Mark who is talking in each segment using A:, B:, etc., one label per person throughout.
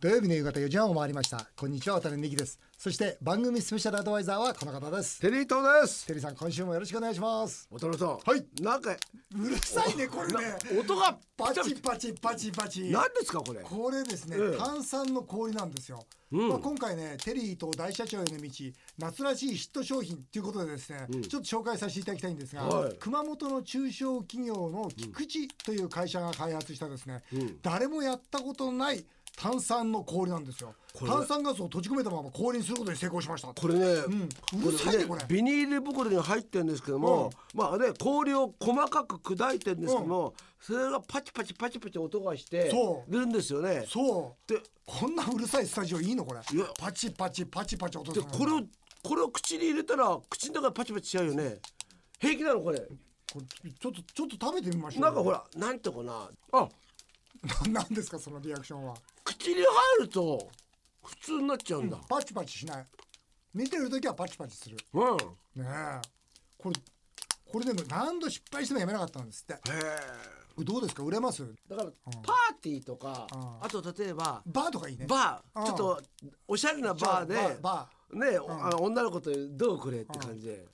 A: 土曜日の夕方4時半を回りましたこんにちは渡辺美希ですそして番組スペシャルアドバイザーはこの方です
B: テリー東です
A: テリーさん今週もよろしくお願いします
B: おとろさん
A: はい
B: なんか
A: うるさいねこれね
B: 音が
A: パチパチパチパチ
B: 何ですかこれ
A: これですね、
B: ええ
A: 炭酸の氷なんですよ、
B: うん
A: まあ、今回ねテリーと大社長への道夏らしいヒット商品ということでですね、
B: うん
A: ちょっと紹介させていただきたいんですが、
B: はい
A: 熊本の中小企業の菊池という会社が開発したですね、
B: うん
A: 誰もやったことのない炭酸の氷なんですよ
B: これ
A: 炭酸ガスを閉じ込めたまま氷にすることに成功しました
B: これね、
A: うんう
B: こ
A: るさいね
B: れね
A: これ
B: ビニール袋に入ってるんですけども、まあね氷を細かく砕いてるんですけども、それがパチパチパチパチ音がして
A: そう
B: るんですよね
A: そう
B: で
A: こんなうるさいスタジオいいのこれ
B: いや
A: パチパチパチパチ音す
B: で
A: るの
B: これをこれを口に入れたら口の中でパチパチしちゃうよね平気なのこれ
A: これちょっとちょっと食べてみましょう
B: なんかほらなんていうかなあ
A: ななんですかそのリアクションは
B: 口に入ると普通になっちゃうんだ
A: パチパチしない見てる時はパチパチする
B: うん、
A: ねえこれこれでも何度失敗してもやめなかったんですって
B: へえ
A: これどうですか売れます
B: だからパーティーとか、
A: うん
B: あと例えば
A: バーとかいいね
B: バ
A: うん
B: ーちょっとおしゃれなバーで
A: じゃあバーバ
B: ねおあの女の子とどうくれって感じで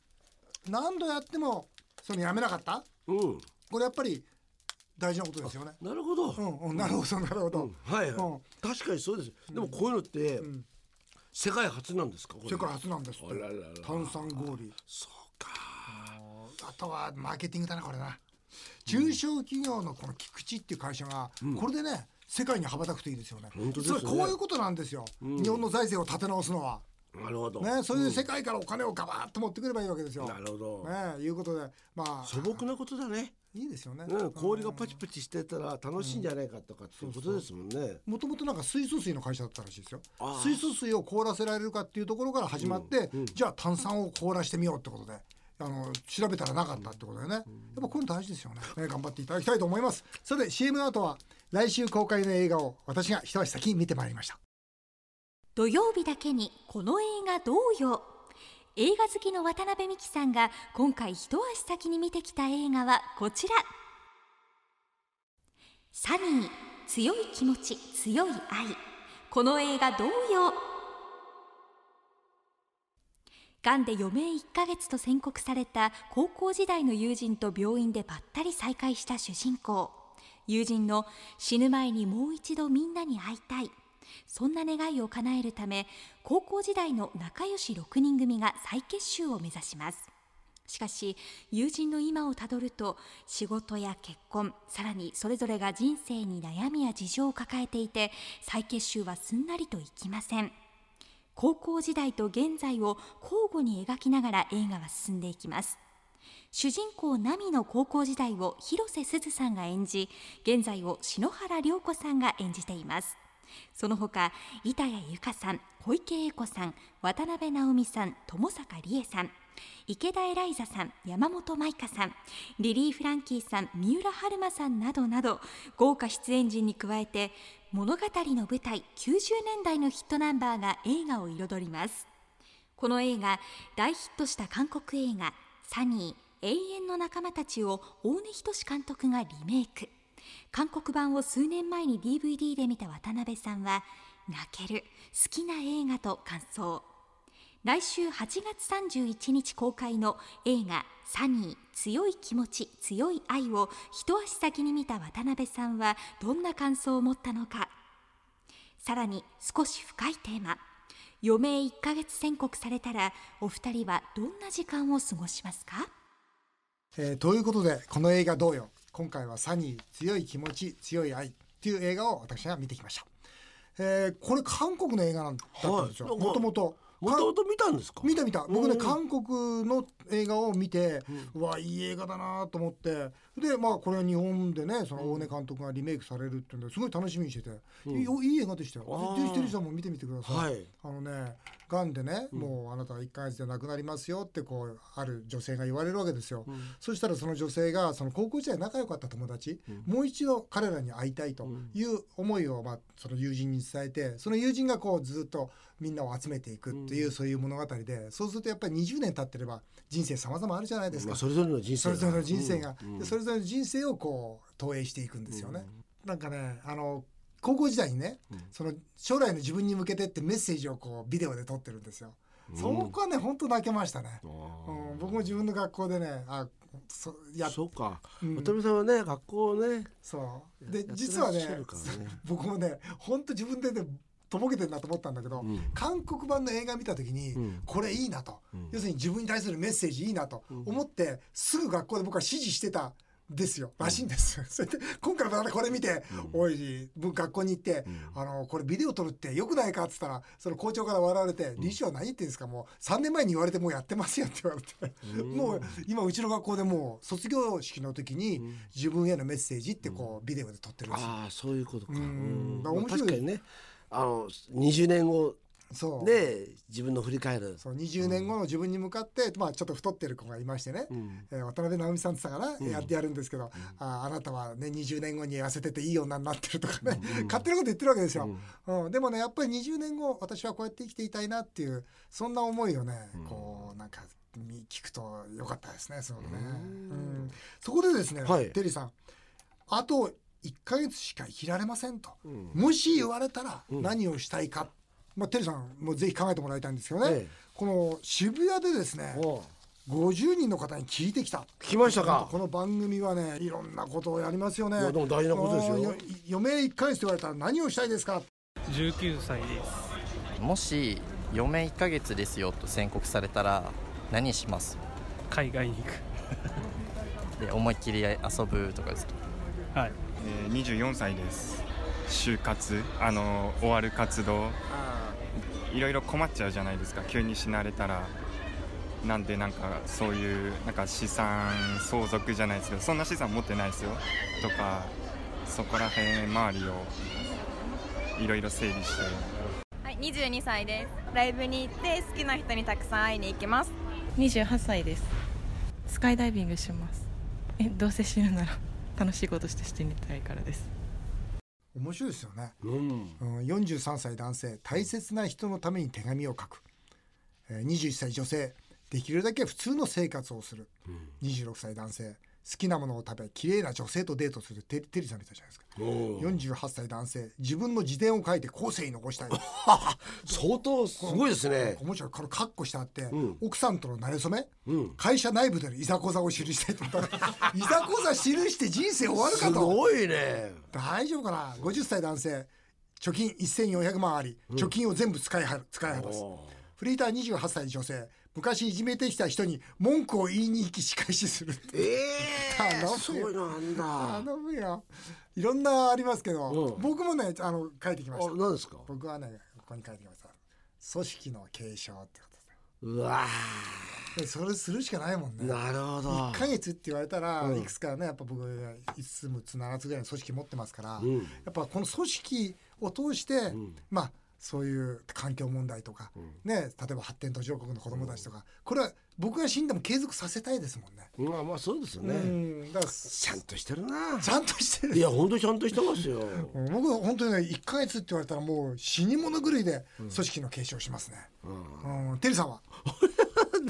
A: ー何度やってもそのやめなかった
B: うん
A: これやっぱり大事なことですよね
B: なるほど、
A: うん、うん、なるほどなるほど、
B: うんはい、はい
A: うん
B: 確かにそうですでもこういうのって、
A: ん
B: 世界初なんですかこれ
A: 世界初なんですって
B: あららら
A: 炭酸氷
B: そうか
A: あとはマーケティングだなこれな中小企業のこの菊池っていう会社が、これでね世界に羽ばたくといいですよね
B: 本当ですね
A: それこういうことなんですよ、日本の財政を立て直すのは
B: なるほど、
A: ねそういう世界からお金をガバッと持ってくればいいわけですよ
B: なるほど、
A: ねいうことでまあ
B: 素朴なことだね、
A: いいですよね
B: うん、氷がパチパチしてたら楽しいんじゃないかとかっていうことですもんね、
A: もともとなんか水素水の会社だったらしいですよ
B: ああ
A: 水素水を凍らせられるかっていうところから始まって、
B: うんうん
A: じゃあ炭酸を凍らしてみようってことであの調べたらなかったってことだよね、やっぱこういうの大事ですよねね頑張っていただきたいと思いますそれで CM の後は来週公開の映画を私が一足先に見てまいりました
C: 土曜日だけにこの映画どうよ映画好きの渡辺美樹さんが今回一足先に見てきた映画はこちらサニー強い気持ち強い愛この映画どうよがんで余命1ヶ月と宣告された高校時代の友人と病院でばったり再会した主人公友人の死ぬ前にもう一度みんなに会いたいそんな願いを叶えるため高校時代の仲良し6人組が再結集を目指しますしかし友人の今をたどると仕事や結婚さらにそれぞれが人生に悩みや事情を抱えていて再結集はすんなりといきません高校時代と現在を交互に描きながら映画は進んでいきます主人公ナミの高校時代を広瀬すずさんが演じ現在を篠原涼子さんが演じていますその他板谷由香さん小池栄子さん渡辺直美さん友坂理恵さん池田エライザさん山本舞香さんリリー・フランキーさん三浦春馬さんなどなど豪華出演陣に加えて物語の舞台90年代のヒットナンバーが映画を彩りますこの映画大ヒットした韓国映画「サニー永遠の仲間たち」を大根仁監督がリメイク韓国版を数年前に DVD で見た渡辺さんは「泣ける好きな映画」と感想来週8月31日公開の映画「サニー強い気持ち強い愛」を一足先に見た渡辺さんはどんな感想を持ったのかさらに少し深いテーマ余命1ヶ月宣告されたらお二人はどんな時間を過ごしますか
A: えーということでこの映画どうよ今回は「サニー強い気持ち強い愛」っていう映画を私が見てきました、えーこれ韓国の映画なんだったんですよ
B: はい
A: もともと
B: もともと見たんですか
A: 見た見た僕
B: う
A: ね
B: ん
A: 韓国の映画を見て、うわいい映画だなと思ってでまあこれは日本でねその大根監督がリメイクされるっていうんですごい楽しみにしてて、いいいい映画でしたよ
B: あー
A: ぜひテリーさんも見てみてください、
B: はい
A: あのねがんでね、もうあなたは1ヶ月で亡くなりますよってこうある女性が言われるわけですよ、そしたらその女性がその高校時代仲良かった友達、もう一度彼らに会いたいという思いを、まあ、その友人に伝えてその友人がこうずっとみんなを集めていくっていう、そういう物語でそうするとやっぱり20年経ってれば人生様々あるじゃないです
B: ま
A: か
B: あ、それぞれの人
A: そ
B: 生
A: れぞれ
B: が
A: の人生が、
B: うんうん
A: でそれぞれの人生をこう投影していくんですよね、なんかねあの高校時代にね、その将来の自分に向けてってメッセージをこうビデオで撮ってるんですよ。そこはね本当泣けましたね、うん、僕も自分の学校でねあそや
B: そうか
A: うん
B: 渡辺さんはね学校をね
A: そう
B: や
A: で
B: ってらっしゃ
A: 実はね
B: るからね
A: 僕もね本当自分でねとぼけてるなと思ったんだけど、
B: ん
A: 韓国版の映画見た時に、
B: ん
A: これいいなと、
B: ん
A: 要するに自分に対するメッセージいいなと思って、すぐ学校で僕は支持してたんですよらしいんです、 それで今回またこれ見て、おい僕学校に行って、あのこれビデオ撮るってよくないかっつったらその校長から笑われて「理事長何言ってんですかもう3年前に言われてもうやってますよ」って言われて、もう今うちの学校でもう卒業式の時に自分へのメッセージってこうビデオで撮ってるんですよ。
B: ああそういうことか、
A: うん
B: うん
A: だから面白い
B: 確かにねあの20年後
A: そう
B: で自分の振り返る
A: そう20年後の自分に向かって、まあ、ちょっと太ってる子がいましてね、えー渡辺直美さんって言ったかな、やってやるんですけど、あーあなたはね20年後に痩せてていい女になってるとかね、勝手なこと言ってるわけですよ、うんでもねやっぱり20年後私はこうやって生きていたいなっていうそんな思いをね、こうなんかみ聞くとよかったですねすごくね、うんそこでですね、
B: はい
A: テリーさんあと1ヶ月しか生きられませんと、
B: ん
A: もし言われたら何をしたいか、まあ、テリーさんもぜひ考えてもらいたいんですけどね、
B: ええ
A: この渋谷でですね
B: おう
A: 50人の方に聞いてきた
B: 聞きましたか
A: この番組はねいろんなことをやりますよね
B: いやでも大事なことですよ
A: あー余命1ヶ月と言われたら何をしたいですか
D: 19歳です
E: もし余命1ヶ月ですよと宣告されたら何します
D: 海外に行
E: で思いっきり遊ぶとかですか
D: くはい
F: えー24歳です就活あの終わる活動いろいろ困っちゃうじゃないですか急に死なれたらなんでなんかそういうなんか資産相続じゃないですけどそんな資産持ってないですよとかそこら辺周りをいろいろ整理して
G: はい、22歳です。ライブに行って好きな人にたくさん会いに行きます。
H: 28歳ですスカイダイビングしますえどうせ死ぬなら楽しいことしてしてみたいからです
A: 面白いですよね、
B: うん
A: うん、43歳男性大切な人のために手紙を書く、えー21歳女性できるだけ普通の生活をする、26歳男性好きなものを食べ綺麗な女性とデートするテテリーさんみたいじゃないですか
B: おう
A: 48歳男性自分の自伝を書いて後世に残したい
B: 相当すごいですね
A: 面白いこのカッコしてあって、
B: ん
A: 奥さんとの馴れ初め、
B: うん
A: 会社内部でのいざこざを記したいと思った らいざこざ記して人生終わるか
B: す
A: と
B: ごいね
A: 大丈夫かな50歳男性貯金1400万あり貯金を全部使いはる使い果たす
B: おう
A: フリーター28歳女性昔いじめてきた人に文句を言いに行き仕返しするって
B: ええ
A: 頼むよ
B: そういうの あんだ
A: 頼
B: あ
A: むよいろんなありますけど、
B: うん
A: 僕もねあの書いてきました
B: 何ですか
A: 僕はねここに書いてきました組織の継承ってことですね
B: うわ
A: でそれするしかないもん
B: ー
A: ね
B: なるほ
A: 1
B: ど
A: ヶ月って言われたら、
B: うん
A: いくつかねやっぱ僕5つ6つ7つぐらいの組織持ってますから、
B: うん
A: やっぱこの組織を通して、まあそういう環境問題とか、ね例えば発展途上国の子どもたちとか、これは僕が死んでも継続させたいですもんね。
B: まあまあそうですよね、
A: うんだから
B: ちゃんとしてるな
A: ちゃんとしてる
B: いや本当ちゃんとしてます よ
A: うん僕本当にね1ヶ月って言われたらもう死に物狂いで組織の継承しますね。うんテリーさんは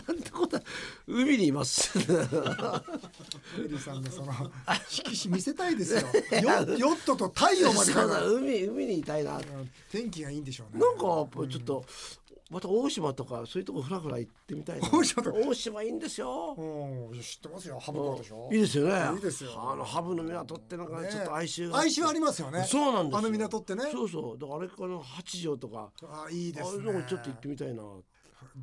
B: なんてことは海にい ます。
A: テリーさんの その色紙見せたいですよ。ヨヨットと太陽まで
B: そ
A: 描
B: う
A: いてあ
B: だ
A: る
B: 海海にいたいな。なんか
A: うん天気がいいんでしょうね。
B: やっぱちょっと、また大島とかそういうとこフラフラ行ってみたいな。
A: 大島とか
B: 大島いいんですよ。
A: うん、知ってますよ、ハブコでしょ。
B: いいですよね。
A: いいですよ
B: あのハブの港ってなんかね
A: ね
B: ちょっと哀愁が。
A: 哀愁ありますよね。
B: そうなんですよ。
A: あの港ってね。
B: そうそう。だからあれから八条とか。
A: あ、いいで
B: ああい
A: す
B: うのも
A: ね。
B: ちょっと行ってみたいな。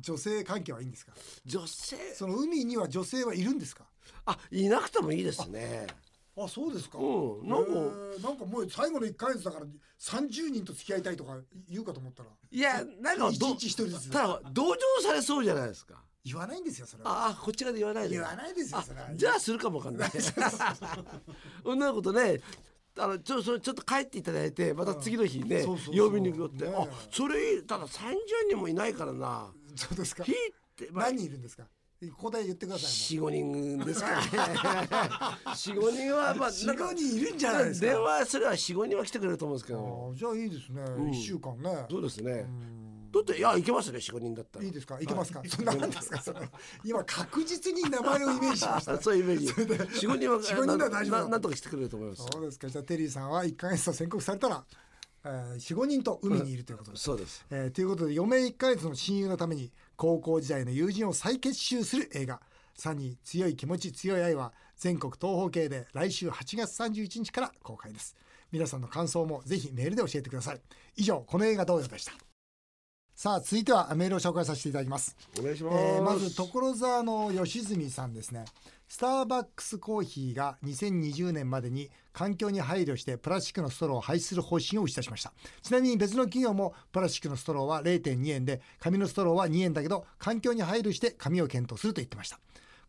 A: 女性関係はいいんですか。
B: 女性
A: その海には女性はいるんですか。
B: あいなくてもいいですね。
A: あ、そうですか
B: うんなんか
A: へーなんかもう最後の一ヶ月だから、三十人と付き合いたいとか言うかと思ったら。
B: いやなんかど
A: 一日一人ずつ
B: ただ同情されそうじゃないですか。
A: 言わないんですよ、それは。
B: ああこっち側で言わないで。
A: 言わないですよ、それは。
B: じゃあするかもわかんない。女の子とね、あのちょそれちょっと帰っていただいてまた次の日ね、
A: そうそうそう
B: 曜日に行くよって、
A: ねえ
B: あそれいいただ三十人もいないからな。
A: そうですか
B: ひ。って、まあ
A: 何人いるんですか。答え言ってください
B: 四五人ですかね。 四五人はまあ
A: もう。四五人いるんじゃないですか。
B: 電話すれば四五人は来てくれると思うんですけ
A: あ
B: ど。
A: ーじゃあいいですね。一、
B: ん
A: 週間ね。
B: そうですね。だっていや行けますね四五人だったら。
A: いいですか。いけますか。そんなもんですか。それ今確実に名前をイメージしました
B: あ。 そういうイメージ。四五人 は
A: 四五人なら大丈夫だ
B: ななんとかしてくれると思います。
A: そうですか。じゃあテリーさんは一ヶ月と宣告されたらえー、45人と海にいるということです。
B: そうです
A: えーということで余命1ヶ月の親友のために高校時代の友人を再結集する映画「サニー強い気持ち強い愛」は全国東方系で来週8月31日から公開です皆さんの感想もぜひメールで教えてください以上この映画同様でしたさあ続いてはメールを紹介させていただきます
B: お願いします、
A: えーまず所沢の吉住さんですねスターバックスコーヒーが2020年までに環境に配慮してプラスチックのストローを廃止する方針を打ち出しましたちなみに別の企業もプラスチックのストローは0.2円で紙のストローは2円だけど環境に配慮して紙を検討すると言ってました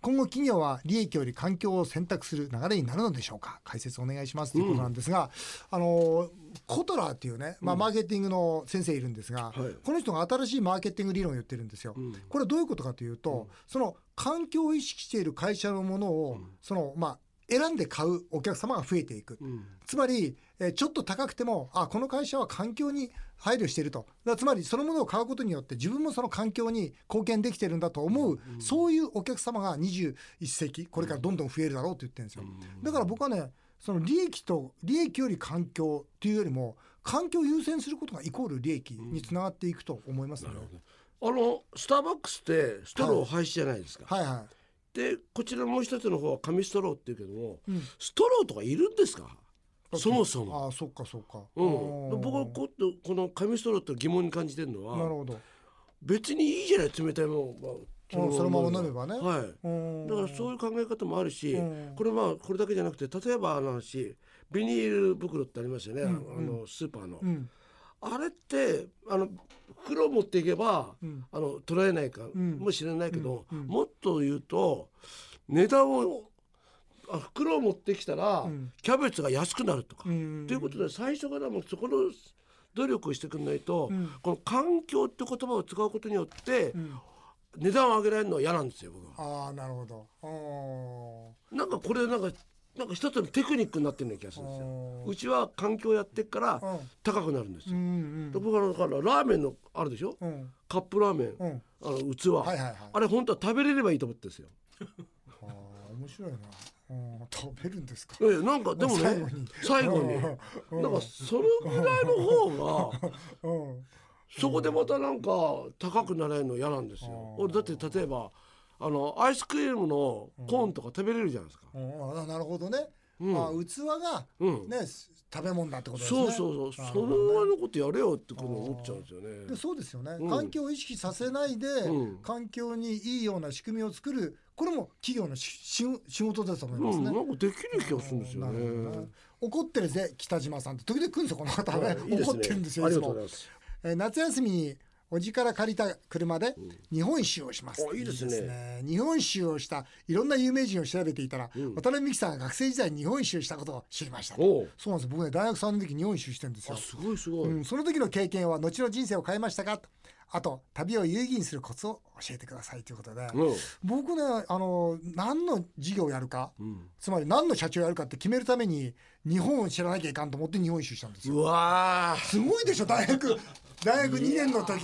A: 今後企業は利益より環境を選択する流れになるのでしょうか解説お願いしますということなんですが、あのコトラーっていうね、まあ、マーケティングの先生いるんですが、
B: はい
A: この人が新しいマーケティング理論を言ってるんですよ。これどういうことかというと、その環境を意識している会社のものを、そのまあ選んで買うお客様が増えていく。
B: うん
A: つまり、えーちょっと高くても、あ、この会社は環境に配慮していると。だからつまり、そのものを買うことによって、自分もその環境に貢献できてるんだと思う、そういうお客様が21世紀、これからどんどん増えるだろうと言ってるんですよ。だから僕はね、その利益と、利益より環境というよりも、環境を優先することがイコール利益につながっていくと思いますので、
B: あのスターバックスってストロー廃止じゃないですか、
A: はいは
B: でこちらもう一つの方は紙ストローっていうけども、
A: い。うん
B: ストローとかいるんですかそもそも、
A: ああ、そっかそっか。
B: うん、
A: あー
B: 僕はここの紙ストローって疑問に感じてるの
A: なる
B: は
A: ほど。
B: 別にいいじゃない冷たいもの
A: うんそのまま飲めばね
B: はいだから
A: う
B: そ
A: いう
B: いう考え方もあるし、
A: うん
B: これまあこれだけじゃなくて例えばあの話ビニール袋ってありますよね、
A: ん
B: あのスーパーの、
A: うん、
B: あれってあの袋を持っていけば、
A: うん
B: あの取られないか
A: ん
B: もしれないけど、
A: うんうん
B: もっと言うと値段をあ袋を持ってきたら、
A: ん
B: キャベツが安くなるとか、
A: うん
B: ということで最初からもうそこの努力をしてくれないと、
A: うん
B: この環境って言葉を使うことによって、
A: ん
B: 値段を上げられるのは嫌なんですよ僕は。
A: ああなるほど。あ
B: なんかこれなんかなんか一つのテクニックになってるような気がするんですよ。
A: ー
B: うちは環境やってっから
A: うん
B: 高くなるんです
A: う
B: よ。
A: ん
B: 僕はだからラーメンのあるでしょ
A: うんうん
B: カップラーメン、
A: うん。
B: あの器、
A: はいはいはい。
B: あれ本当は食べれればいいと思ってるんですよ。
A: あー面白いな。うん食べるんですか。
B: ええなんかでもね
A: 最後に
B: 最後になんか
A: うん
B: そのぐらいの方が
A: うん
B: そこでまたなんか高くなれるの嫌なんですよ
A: うん。
B: 俺だって例えばあのアイスクリームのコーンとか食べれるじゃないですか。
A: うん。あなるほどね。
B: うん
A: あ器が
B: うん
A: ねす食べ物だってことですね。
B: そうそうそう、
A: なる
B: そ
A: ほ
B: の
A: どね
B: ぐらいのことやれよってこう思っちゃうんですよね。
A: でそうですよね、
B: うん
A: 環境を意識させないで、
B: うん
A: 環境にいいような仕組みを作るこれも企業のしし仕事だと思います
B: うん、
A: ね。
B: なんかできる気がするんですよ
A: なるほど
B: ね
A: ね。怒ってるぜ北島さんって時々来るんですよこの方ね
B: いいで
A: 怒
B: す
A: っ
B: ね
A: てるんですよ
B: あ
A: い
B: り
A: つ
B: がとうご
A: も
B: ざいます。
A: えー夏休みにおじから借りた車で日本一周をします、
B: あいいですね
A: 日本一周をしたいろんな有名人を調べていたら、
B: うん
A: 渡辺美樹さんが学生時代に日本一周したことを知りましたと
B: おう
A: そうなんです僕ね大学3年の時日本一周してるんですよ
B: あ、すごいすごい。
A: うん、その時の経験は後の人生を変えましたかとあと旅を有意義にするコツを教えてくださいということで、
B: うん
A: 僕ねあの何の事業をやるか、つまり何の社長をやるかって決めるために日本を知らなきゃいかんと思って日本一周したんですよ。
B: うわー
A: すごいでしょ大学大学2年の時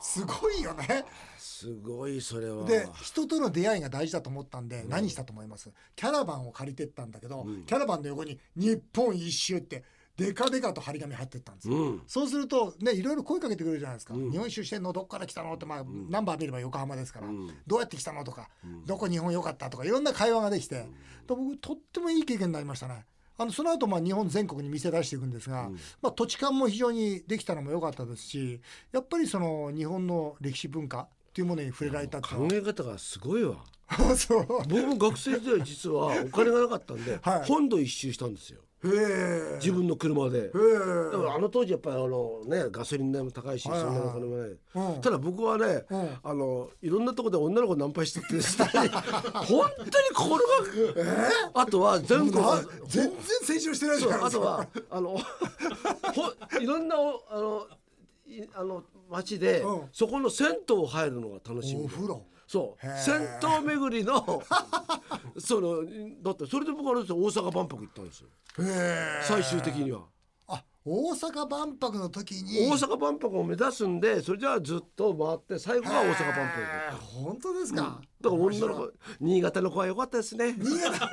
A: すごいよね。
B: すごいそれは。
A: で人との出会いが大事だと思ったんで、何したと思いますキャラバンを借りてったんだけど、キャラバンの横に「日本一周」ってデカデカと張り紙貼ってったんですよ。
B: うん。
A: そうするとねいろいろ声かけてくれるじゃないですか、日本一周してんのどっから来たのって、まあナンバー見れば横浜ですから、どうやって来たのとか、どこ日本良かったとかいろんな会話ができて、で僕とってもいい経験になりましたね。あのその後まあ日本全国に店出していくんですが、まあ、土地勘も非常にできたのも良かったですしやっぱりその日本の歴史文化っていうものに触れられたっていう
B: 考
A: の
B: え方がすごいわ。
A: は そう
B: 僕も学生時代実はお金がなかったんで、
A: はい
B: 本土一周したんですよ。
A: へえ
B: 自分の車で。
A: へえ
B: だからあの当時やっぱりあのねガソリン代も高いし、
A: はい
B: そ
A: はい
B: んなお金もない、
A: うん
B: ただ僕はね、
A: うん
B: あのいろんなところで女の子ナン パしててですね本当に心が、あとは全国
A: な全然成長してないじ
B: そ
A: ゃな
B: う
A: いで
B: あ
A: す
B: と
A: か
B: はあの ほいろんなおあのいあの町で、
A: うん
B: そこの銭湯入るのが楽しみで
A: お風呂
B: そう
A: へー
B: 銭湯巡りの そのだってそれで僕はあれですよ大阪万博行ったんですよ
A: へえ
B: 最終的には
A: あ大阪万博の時に
B: 大阪万博を目指すんでそれじゃあずっと回って最後は大阪万
A: へー
B: 博
A: 本当ですか、
B: だから女の
A: 面白い
B: 子新潟の子は良かったですね
A: 新潟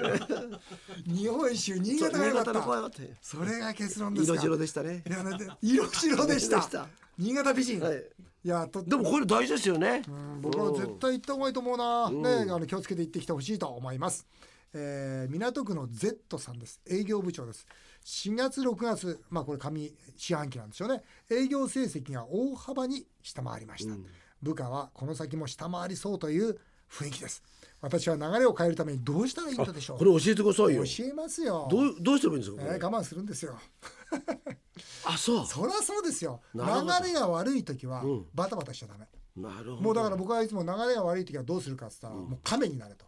A: 日本一周新
B: そう
A: 潟が
B: 新
A: 良かっ
B: 潟の子は
A: た
B: 良かったよ
A: それが結論ですか
B: 色白でしたね
A: いやだって色白でした
B: 色白でした
A: 新潟美人、、
B: はいい
A: やと
B: でもこれ大事ですよね
A: うん僕は絶対行った方がいいと思うな、
B: ん
A: ねあの気をつけて行ってきてほしいと思います、えー港区の Z さんです営業部長です4月6月まあこれ上四半期なんですよね営業成績が大幅に下回りました、部下はこの先も下回りそうという雰囲気です私は流れを変えるためにどうしたらいいのでしょう
B: これ教えてくださいよ
A: 教えますよ
B: どうどうすればいいんですか
A: え
B: これ
A: ー我慢するんですよ
B: あそう
A: そりゃそうですよ流
B: なるほど
A: れが悪い時は
B: うん
A: バタバタしちゃダメ、
B: なるほど
A: もうだから僕はいつも流れが悪い時はどうするかって言ったら、もう亀になれと、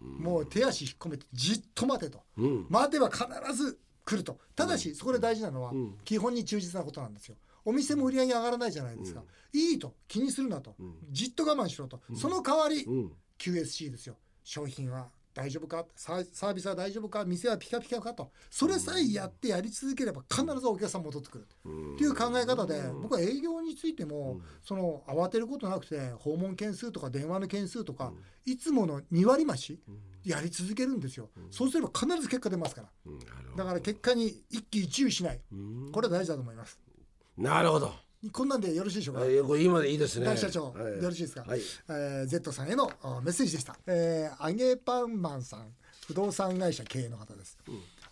A: もう手足引っ込めてじっと待てと、
B: うん
A: 待てば必ず来るとただしそこで大事なのは、基本に忠実なことなんですよお店も売り上げ上がらないじゃないですか、いいと気にするなと、じっと我慢しろと、その代わり、
B: うん
A: QSC ですよ商品は大丈夫かサーサービスは大丈夫か店はピカピカかとそれさえやってやり続ければ必ずお客さん戻ってくるっていう考え方で僕は営業についてもその慌てることなくて訪問件数とか電話の件数とかいつもの2割増しやり続けるんですよそうすれば必ず結果出ますからだから結果に一喜一憂しないこれは大事だと思います
B: なるほど
A: こんなんでよろしいでしょうか
B: えーこれ今でいいですね
A: 大社長、
B: はい
A: よろしいですか、
B: はい
A: えー Z さんへのあメッセージでした、えー、揚げパンマンさん不動産会社経営の方です、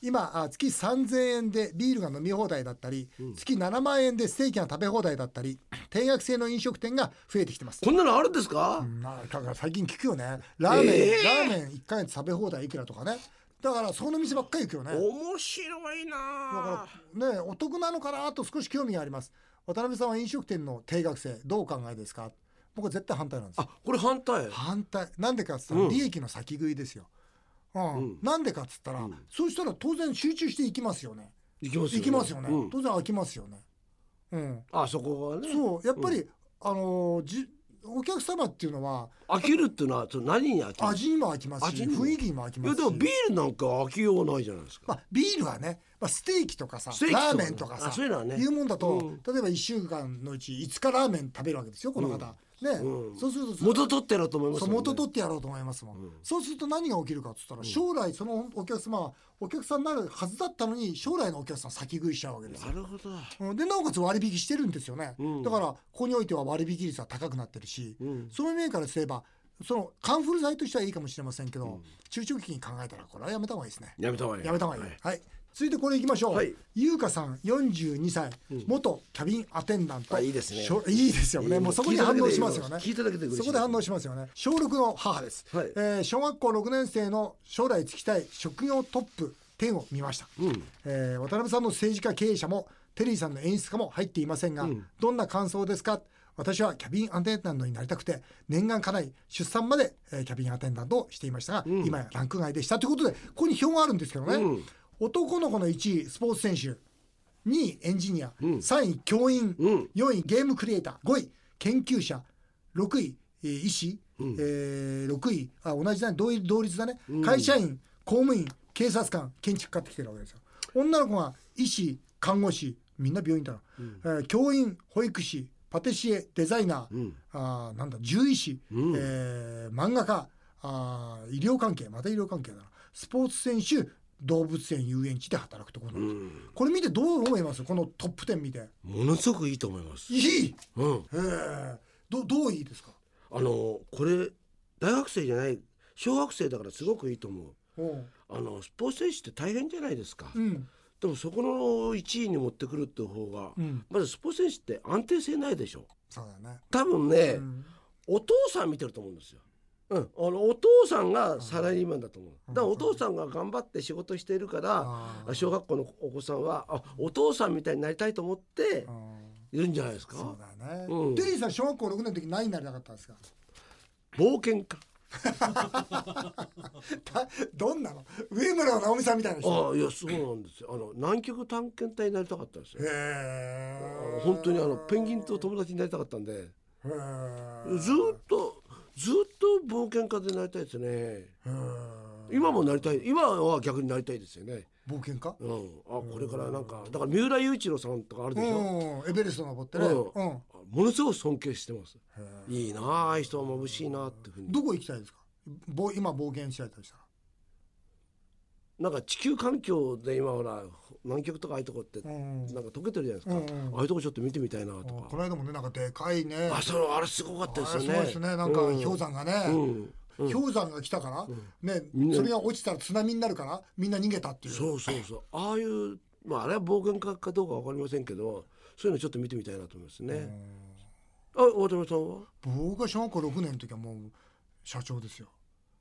A: 今あ月3000円でビールが飲み放題だったり、月7万円でステーキが食べ放題だったり定額制の飲食店が増えてきてます
B: こんなのあるんですか
A: まあ、だから最近聞くよねラーメン、
B: えー
A: ラーメン1回月食べ放題いくらとかねだからそこの店ばっかり行くよね
B: 面白いな
A: だ
B: あ
A: からねお得なのかなと少し興味があります渡辺さんは飲食店の定額制どうお考えですか僕は絶対反対なんですよ
B: あこれ反対
A: 反対なんでかっつったら、利益の先食いですよ、うんなんでかっつったら、そうしたら当然集中していきますよね
B: いきますよ
A: いきますよね、
B: うん
A: 当然飽きますよねうん
B: あそこはね
A: そうやっぱり、あのーじお客様っていうのは
B: 飽きるっていうのはその何に飽きる
A: 味にも飽きますし
B: 味にも
A: 雰囲気にも飽き
B: い
A: ま
B: や
A: すし
B: でもビールなんか飽きようないじゃないですか
A: まあ、ビールはね、まあ、ステーキとかさ
B: ステーキとかね
A: ラーメンとかさ
B: あそういうのはね
A: もんだと、
B: うん
A: 例えば1週間のうち5日ラーメン食べるわけですよこの方、ね、
B: うん
A: そうするとそ
B: 元取ってやろうと思います
A: そう
B: もんね
A: 元取ってやろうと思いますもん、そうすると何が起きるかっつったら、将来そのお客様はお客さんになるはずだったのに将来のお客さん先食いしちゃうわけですよ
B: なるほど
A: うんでなおかつ割引してるんですよね、だからここにおいては割引率は高くなってるし、そういう面からすればそのカンフル剤としてはいいかもしれませんけど、中長期に考えたらこれはやめた方がいいですね
B: やめた方がいい
A: やめた方がいい、はい続いてこれいきましょう、
B: はい
A: ゆうかさん42歳、元キャビンアテンダント
B: あいいですね
A: しょいいですよね
B: いい
A: もうそこに反応しますよね
B: 聞いただけで嬉しい
A: そこで反応しますよね小6の母です、
B: はい
A: えー小学校6年生の将来就きたい職業トップ10を見ました、えー渡辺さんの政治家経営者もテリーさんの演出家も入っていませんが、どんな感想ですか私はキャビンアテンダントになりたくて念願かない出産まで、えーキャビンアテンダントをしていましたが、今やランク外でしたということでここに表があるんですけどね、男の子の1位スポーツ選手2位エンジニア、3位教員、4位ゲームクリエイター5位研究者6位、えー医師、えー6位あ同じだね同一同率だね、会社員公務員警察官建築家ってきてるわけですよ女の子が医師看護師みんな病院だな、えー教員保育士パティシエデザイナー、あーなんだ獣医師、えー漫画家あー医療関係また医療関係だなスポーツ選手動物園遊園地で働くところなんですよ、これ見てどう思いますこのトップ10見て
B: ものすごくいいと思います
A: いい
B: うん
A: えーどどういいですか
B: あのこれ大学生じゃない小学生だからすごくいいと思う
A: うん
B: あのスポーツ選手って大変じゃないですか、
A: うん
B: でもそこの1位に持ってくるって方が、
A: うん
B: まずスポーツ選手って安定性ないでしょ
A: そうだよね
B: 多分ね、
A: うん
B: お父さん見てると思うんですよ。うん、あのお父さんがサラリーマンだと思う。だからお父さんが頑張って仕事しているから、小学校のお子さんはあお父さんみたいになりたいと思って
A: うん
B: いるんじゃないですか。
A: そうだよね、
B: うん
A: テリーさん小学校6年の時何になりたかったんですか
B: 冒険家。
A: たどんなの上村直美さんみたいな人
B: ああいやそうなんですよ。あの南極探検隊になりたかったんですよ。
A: へ
B: あ
A: え
B: の本当にあのペンギンと友達になりたかったんで、
A: へー
B: ずっとずっと冒険家でなりたいですね。
A: へー
B: 今もなりたい。今は逆になりたいですよね。
A: 冒険家
B: うん、あこれからなんかだから三浦雄一郎さんとかあるでしょ、
A: うんエベレスト登ってね、
B: う
A: うん
B: あものすごく尊敬してます
A: へ
B: いいなあああいう人は眩しいなっていうふうに
A: どこ行きたいですかぼ今冒険したいとしたら
B: なんか地球環境で今ほら南極とかああいうとこって
A: う
B: なんんか溶けてるじゃないですか、
A: うんうん
B: ああいうとこちょっと見てみたいな
A: あ
B: と
A: こ
B: か
A: の間もねなんかでかいね
B: あそれあれすごかったですよね
A: あれすごいですねなんか
B: うん
A: 氷山がね、
B: うんうん
A: 氷山が来たから、ね
B: みんな
A: それが落ちたら津波になるからみんな逃げたっていう
B: そうそうそうああいうまああれは冒険家かどうかわかりませんけどそういうのちょっと見てみたいなと思いますね、あ渡辺さんは
A: 僕が小学校6年の時はもう社長ですよ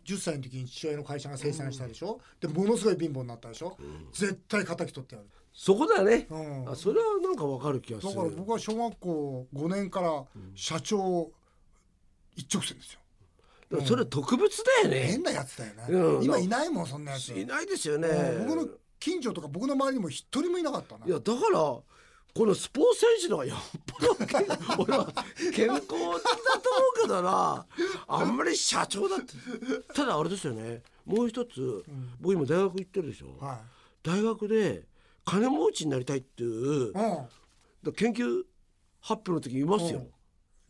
A: 10歳の時に父親の会社が生産したでしょ、でものすごい貧乏になったでしょ、絶対敵取ってやる、
B: そこだよね、
A: うん、
B: あそれはなんかわかる気がす
A: だ
B: る
A: から僕は小学校5年から社長一直線ですよ、
B: でもそれ特別だよね
A: 変なやつだよね、
B: うん
A: 今いないもんそんなやつ
B: いないですよね、
A: うん僕の近所とか僕の周りにも一人もいなかったない
B: やだからこのスポーツ選手の方がよっぽど俺は健康的だと思うけどなあんまり社長だってただあれですよねもう一つ、僕今大学行ってるでしょ、
A: は
B: 大学で金持ちになりたいっていう
A: い、うん、
B: だから研究発表の時いますよ、
A: うん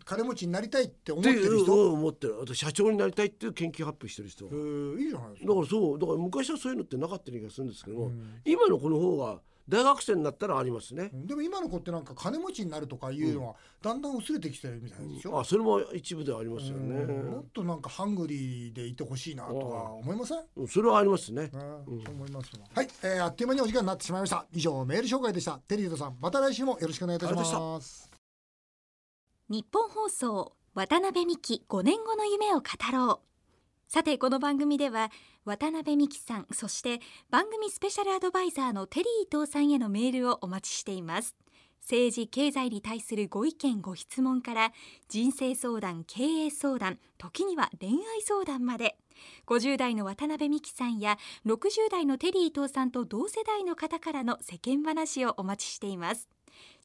A: 金持ちになりたいって思っ
B: っててい
A: る
B: う
A: 人、
B: うん思ってるあと社長になりたいっていう研究発表してる人、
A: えーいいじゃないです
B: だ
A: か
B: からそうだから昔はそういうのってなかったような気がするんですけども、今のこの方が大学生になったらありますね、
A: でも今の子ってなんか金持ちになるとかいうのはだんだん薄れてきてるみたいですよ、
B: あそれも一部ではありますよね、
A: うんもっとなんかハングリーでいてほしいなとは思いません、ね
B: うんそれはありますね、
A: そう思いますわはい、えーあっという間にお時間になってしまいました以上メール紹介でしたテリーとさんまた来週もよろしくお願いいたし
B: ありがとう
A: ます
C: 日本放送渡辺美希5年後の夢を語ろうさてこの番組では渡辺美希さんそして番組スペシャルアドバイザーのテリー伊藤さんへのメールをお待ちしています政治経済に対するご意見ご質問から人生相談経営相談時には恋愛相談まで50代の渡辺美希さんや60代のテリー伊藤さんと同世代の方からの世間話をお待ちしています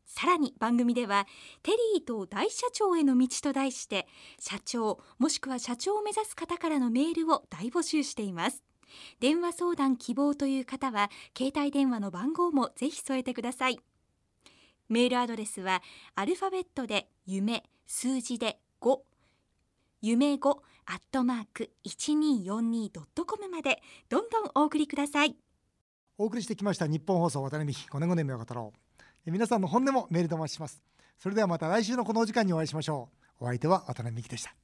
C: さらに番組ではテリーと大社長への道と題して社長もしくは社長を目指す方からのメールを大募集しています電話相談希望という方は携帯電話の番号もぜひ添えてくださいメールアドレスはアルファベットで夢数字で5夢5アットマーク 1242.com までどんどんお送りください
A: お送りしてきました日本放送渡辺美希5年5年目を語ろうえ皆さんの本音もメールでお待ちしますそれではまた来週のこのお時間にお会いしましょうお相手は渡辺美希でした